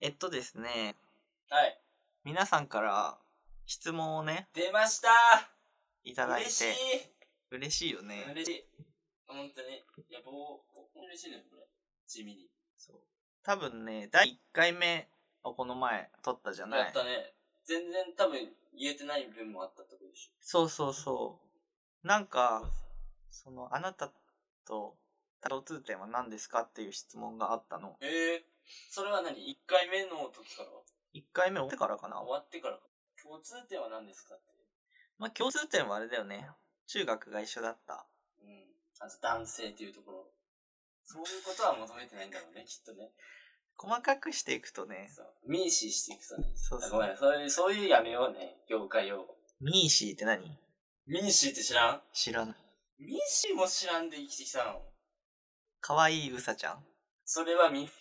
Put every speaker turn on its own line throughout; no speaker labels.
えっとですね、
はい。
皆さんから質問をね、
出ました
いただいて
嬉、しい
嬉しいよね。
嬉しい。本当に。いや、ぼう、嬉しいね、これ。地味に。
そう多分ね、第1回目をこの前撮ったじゃな
や
い
った。ね。全然多分言えてない分もあったってことでし
そうそうそう。なん
ょ
か、。その、あなたと共通点は何ですかっていう質問があったの。
えー、それは何 ?1 回目の時から
1回目終わってからかな
終。わってからか共通点は何ですかって。
まあ、共通点はあれだよね。中学が一緒だった。
うん。あと男性っていうところ。そういうことは求めてないんだろうね、きっとね。
細かくしていくとね、
そう。ミーシーしていくとね。
そう
あ
そ
ごめ
う。
ん、そういう、そういうやめようね。業界用語。
ミーシーって何
ミーシーって知らん
知らない。
ミーシーも知らんで生きてきたの
かわいいうさちゃん。
それはミッフ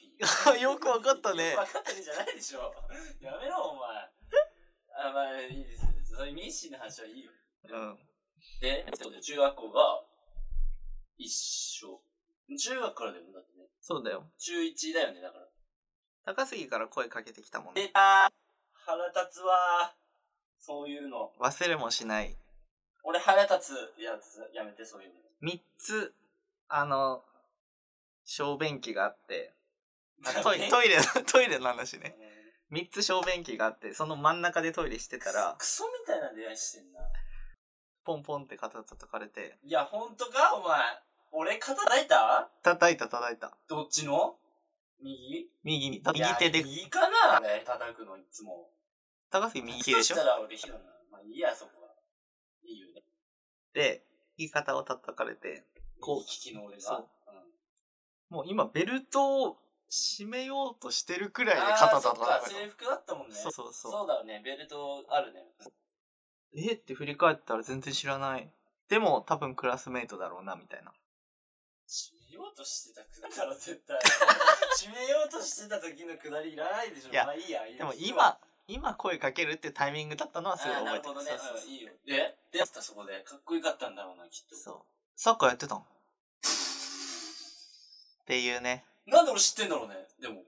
ィ ー。
よくわかったね
よくわかったんじゃないでしょ。やめろ、お前。あ、まあ、いいです。それミッシーの話はいいよ。
うん。
で、中学校が一緒。中学からだよね、だってね。
そうだよ。
中1だよね、だから。
高杉から声かけてきたもん
出
ね。
た腹立つわそういうの。
忘れもしない。
俺腹立つやつ、やめて、そういうの。
三つ、あの、小便器があって、あトイレ、トイレの、 トイレの話ね。三つ小便器があって、その真ん中でトイレしてたら
ク、ソみたいな出会いしてんな。
ポンポンって肩叩かれて、
いや、ほんとかお前。俺、肩抱いた
叩いた叩いた。
どっちの右
右に、右手
いや
で、
右かなね、叩くのいつも。
高杉右手でしょ
そしたら俺、ひどいな。まあいいや、そこは。いいよね。
で、右肩を叩かれて、こう
右利きの俺
そ
が
う。
うん
もう今ベルトを締めようとしてるくらいで
あー
肩
そっ
叩か
か
れた。
制服だったもんね。
そうそうそう。
だよね、ベルトあるね。
えって振り返ったら全然知らない。でも多分クラスメイトだろうな、みたいな。
締めようとしてたくだりだろ、絶 対。締めようとしてた時のくだりいらないでしょ。
いや
まあいいや、いいや
でも今、今声かけるっていうタイミングだったのはすごい
あー
覚
な
え
る
て
ほ
る。
どね
そうそう。
うんいいよ。で、で、そこで、かっこよかったんだろうな、きっと。
そうサッカーやってたのっていうね。
なんで俺知ってんだろうね、でも。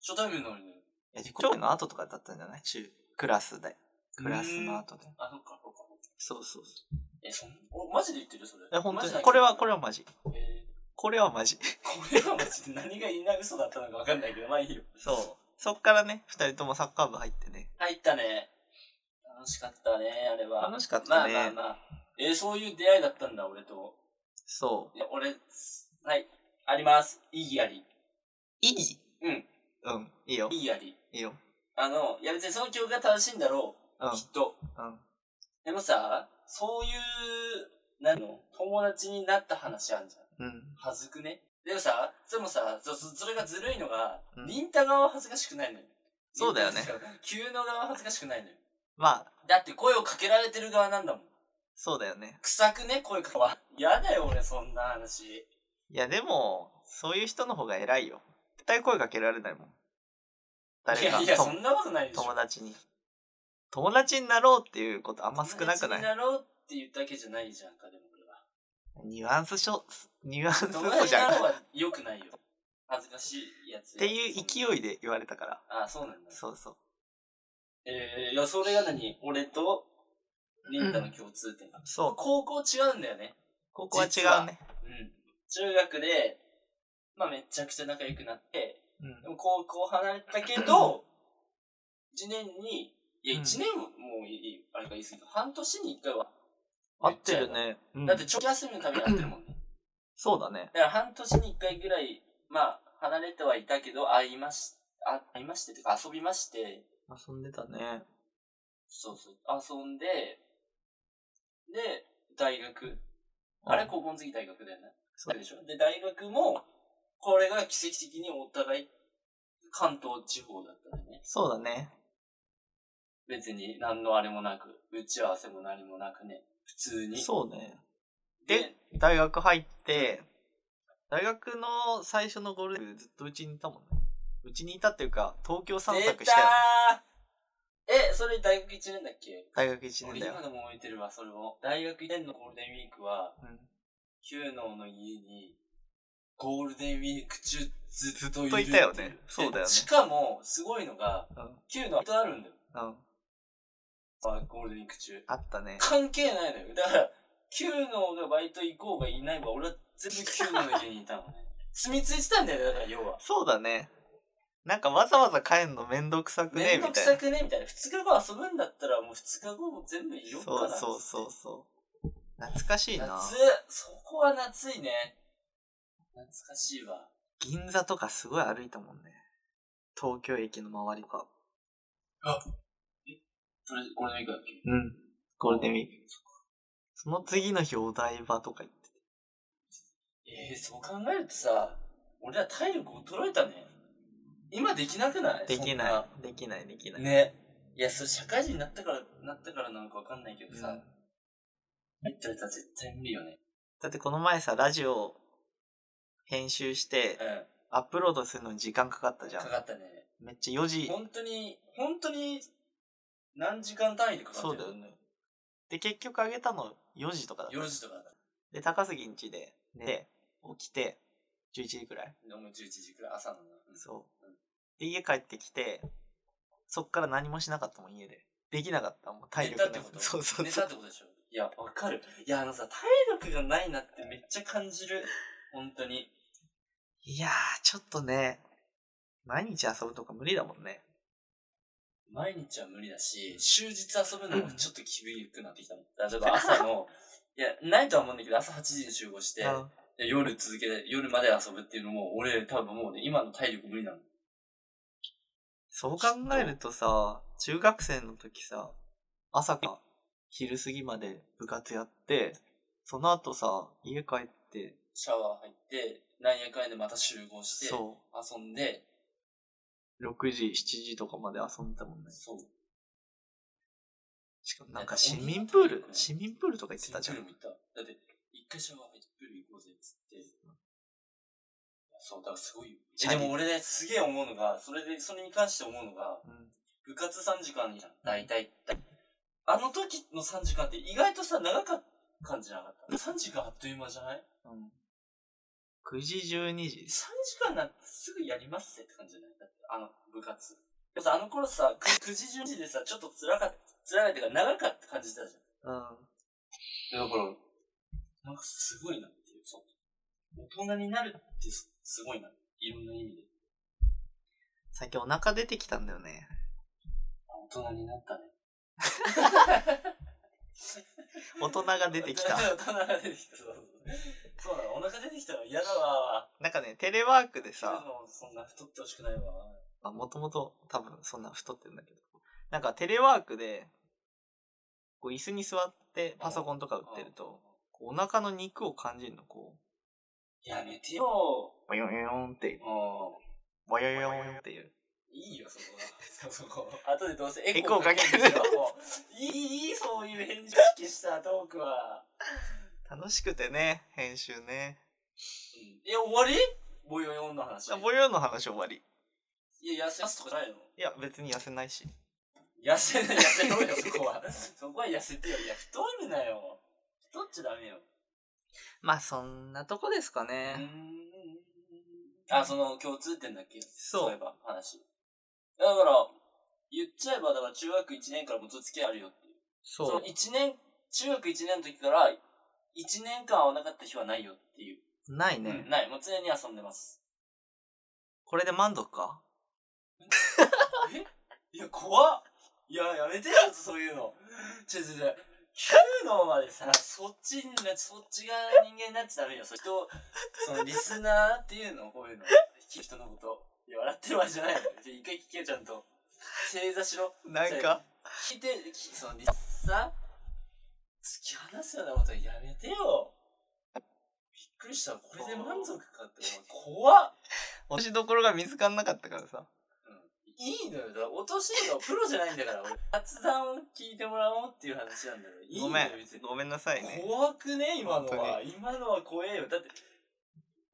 初対面なのにね。
いや、自己紹介の後とかだったんじゃない中、クラスで。クラスの後で。
あ、そっか、そっか。
そうそうそう。
え、そん、お、マジで言ってるそれ。
え、本当
マジ
に
で。
これは、これはマジ。
え
これはマジ。
ーこれはマジで何がいいな嘘だったのかわかんないけど、まあいいよ。
そう。そっからね、二人ともサッカー部入ってね。
入ったね。楽しかったね、あれは。
楽しかったね
まあまあまあ。えーそういう出会いだったんだ、俺と。
そ
いや、俺、はい、あります。意義あり。
う。意義
うん。
うん。いいよ。
意義あり。
いいよ。
あの、いや別にその曲が正しいんだろ
うん
う。。きっと。
うん。
でもさ、そういう、なんの、友達になった話あんじゃん。
うん。
はずくね。でもさ、でもさ、そ、そそれがずるいのが
う、ん
り、んた側は恥ずかしくないのよ。
そうだよね
りんた側。急の側は恥ずかしくないのよ。
まあ、
だって声をかけられてる側なんだもん。
そうだよね。
臭くね、声かわ。やだよ、俺、そんな話。
いや、でも、そういう人の方が偉いよ。絶対声かけられないもん。誰か
いやいや、
と
そんなことないでしょ。
友達に。友達になろうっていうことあんま少なく
友達
な
に
い。
なろうって言ったわけじゃないじゃん か、でも俺は。
ニュアンスしょ、ニュアンスそ
友達
じ
に
ゃ
なろ
ん。
う
っ
は良くないよ。恥ずかしいやつよ。
ていう勢いで言われたから。
あ、そうなんだ。
そうそう。
えー、いや、それが何俺と、リンタの共通点が。
そう。
高校違うんだよね。
ここは違
実は
うね。
うん。中学で、まあめちゃくちゃ仲良くなって、
う
で
ん。
も高校離れたけ ど、一年に、いや、一年も、もういい、あれが言い過ぎた。半年に一回は。
合ってるね。うん
だって長期休みのために会ってるもんね。
そうだね。
だから半年に一回ぐらい、まあ、離れてはいたけど、会いまし、あ会いましてというか遊びまして、
遊んでたね。
そうそう、遊んで、で、大学。あれ
うん
高校の次大学だよね。
そう
でしょで、大学も、これが奇跡的にお互い、関東地方だったんだよね。
そうだね。
別に何のあれもなく、打ち合わせも何もなくね。普通に。
そうね。
で、
大学入って、大学の最初のゴールデンずっとうちにいたもんね。うちにいたっていうか、東京散
出た
策したよ。
ーえ、それ大学1年だっけ
大学1
俺
年だよ
今。でも覚えてるわ、それを。大学1年のゴールデンウィークは、
うん。
九能の家に、ゴールデンウィーク中ずっといる
ずっといたよねそうだよね
でしかも、すごいのが、
うん
9の後あるんだよ。
うん。
まあゴールデンウィーク中。
あったね。
関係ないのよ。だから、9のがバイト行こうがいないが、俺は全部9の家にいたのね。 住み着いてたんだよね、だから要は。
そうだね。なんかわざわざ帰るのめんどくさくね
め
み
んどく
たい
さ
な。
くねみたいな。2日後遊ぶんだったら、もう2日後も全部いよっか
そう
な。
そうそうそう。懐かしいな。
夏、そこは夏いね。懐かしいわ。
銀座とかすごい歩いたもんね。東京駅の周りとか。
それ、ゴールデンウィークだっけ
うん。ゴールデンウィーク。その次の日お台場とか行って
えー、そう考えるとさ、俺ら体力衰えたね。今できなくない
できない。できないでき
そ
なんい。
ね。いや、それ社会人になったから、なったからなのかわかんないけど
うん
さ、入ってたら絶対無理よね。
だってこの前さ、ラジオ編集して
う
アップロードするのに時間かかったじ
ん。
ゃん
か。かったね。
めっちゃ4時。
本当に、本当に、何時間単位でかかった
そうだよね。で、結局上げたの4時とかだった。
4時とかだっ
で、高杉んちで、で、起きて、11時くらい。
た。もう11時くらい、朝のな。うん
そう。で、家帰ってきて、そっから何もしなかったもん、家で。できなかったもん、体
寝た
力
って
な
こと
そうそう
寝
そ
た
う。
ってことでしょいや、わかる。いや、あのさ、体力がないなってめっちゃ感じる。本当に。
いやー、ちょっとね、毎日遊ぶとか無理だもんね。
毎日は無理だし、終日遊ぶのもちょっと気分ゆくなってきたもん。例えば 朝の、いや、ないとは思うんだけど、朝8時に集合して、
うん
で夜続けて、夜まで遊ぶっていうのも、俺多分もうね、今の体力無理なの。
そう考えるとさ、中学生の時さ、朝か昼過ぎまで部活やって、その後さ、家帰って、
シャワー入って、なんやかんやでまた集合して、
そ
遊んで、
う、6時、7時とかまで遊んでたもんね。
そう。
しかもなんか市民プール、市民プールとか行ってたじゃ
プー
ん
ル。も行った。だって、一回シャワー入ってプール行こうぜっつって。そう、だからすごいよ。
チ
え
ャリ
でも俺ね、すげえ思うのが、それで、それに関して思うのが、
うん
部活3時間じゃん。大体。あの時の3時間って意外とさ、長かった感じじゃなかった。3時間あっという間じゃない
うん。9時、12時
?3 時間なんてすぐやりますぜって感じじゃないだって、あの部活。でもさ、あの頃さ、9時10時でさ、ちょっと辛かった、辛いっていうか長かった感じてたじゃん。
うん。
だから、なんかすごいなっていう、そう。大人になるってすすごいな。いろんな意味で。
最近お腹出てきたんだよね。
あ大人になったね。
大人が出てき た。
大人が出てきた。そうそうそうなの、お腹出てきたの嫌だわ。
なんかね、テレワークで
さ
さ、
あ、そんな太ってほしくないわ。
まあもともと多分そんな太ってるんだけど、なんかテレワークで、こう椅子に座ってパソコンとか打ってると、こうお腹の肉を感じるの、こ
やめてよ。
う、ボヨヨヨンって、
も
ボヨヨヨンっていう。
う、いいよ、そこは。そこ。 後でどうせエ
エコ
コ
ー
ー
か
か
け
け
る
るでしょ。もうい い、いい、そういう返事意識したトークは。
楽しくてね、編集ね。
うんえ、終わりボヨヨンの話。
あボヨヨンの話終わり。
いや、痩せますとかじゃないの
いや、別に痩せないし。
痩せ、痩せろよ、そこは。そこは痩せてよ。いや、太るなよ。太っちゃダメよ。
まあ、そんなとこですか
うー
ね。
んあ、その共通点だっけ
そう
いえば、話。だから、言っちゃえば、だから中学1年からもずっと付き合いあるよっていう。そ
そ
の1年、中学1年の時から、1年間会わなかった日はないよっていう。
う。ないね。
うん、ない。もう常に遊んでます。
これで満足か
えいや、怖っいや、やめてよ、そういうの。ちょ、ちょ、ちょ。9のまでさ、そっちになそっちが人間になっちゃダメよ。そ人、そのリスナーっていうの、こういうの。聞く人のこと。いや、笑ってるわけじゃないよ。ちょ一回聞けよ、ちゃんと。正座しろ。
なんか、
聞いて、きそのリスナー突き放すようなことはやめてよ。びっくりした。これで満足かって、お前怖っ
押しどころが見つからなかったからさ。
いいのよ。だから落としいのプロじゃないんだから、俺。雑談を聞いてもらおうっていう話なんだよ。いい
ご
の
めん
よ、別に。
ごめんなさいね。
怖くね今の
本当
は。今のは怖えよ。だって、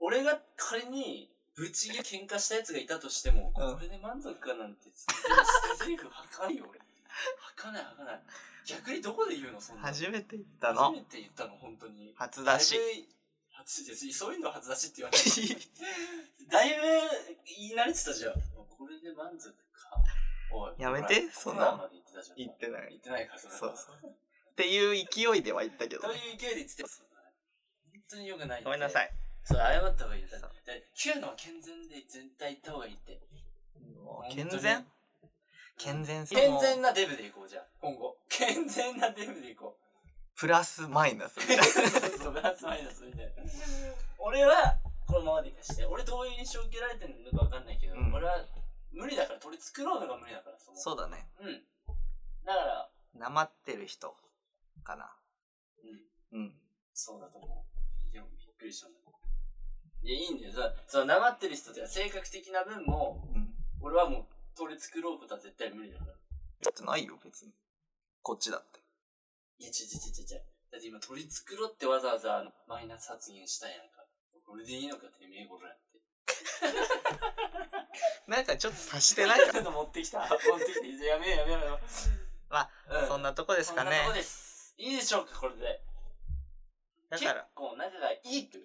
俺が仮に、ぶちげ喧嘩したやつがいたとしても、
うん
これで満足かなんて、捨て台詞吐かないよ、俺。吐かない、吐かない。逆にどこで言うの、そんなの。
初めて行ったの
初。めて言ったの、本当に。
初出し
だいぶ。別にそういうのは初出しって言わない。だいぶ言い慣れてたじゃん。もうこれで満足か。おい
やめて
ほら
そんな
コロナまで言ってたじゃん。
言ってない
言ってないから、
そ
そううそう。
そう。っていう勢いでは言ったけど
と
ね。
いう勢いで言ってた。本当に良くない。
ごめんなさ
い。
い。
そう、謝った方がいいです
そう。
で、Q のは健全で全体行った方がいいって。
もう健全健全さ
健
も
全なデブでいこうじゃあ今後健全なデブでいこう
プラスマイナスみたいな。
そうプラスマイナスみたいな俺はこのままでいかして俺どういう印象を受けられてるのか分かんないけど、
うん
俺は無理だから取り繕うのが無理だからその
そうだね。
うんだから
なまってる人かな。
うん
うん。
そうだと思うでもびっくりしたんだいやいいんだよさそのなまってる人って性格的な分も
うん。
俺はもう取り繕うことは絶対無理だから
言ってないよ、別に。こっちだって。
いや、ちちちちち。だって今、取り繕ってわざわざマイナス発言したやんか。これでいいのかってめえこらって。
なんかちょっと足してないか
ちょっと持ってきた。持ってきて。やめよやめよやめよ。
ま
うん
あ、そんなとこですかね
そんなと。こです。いいでしょうか、これで。
だから
結、構仲がいいって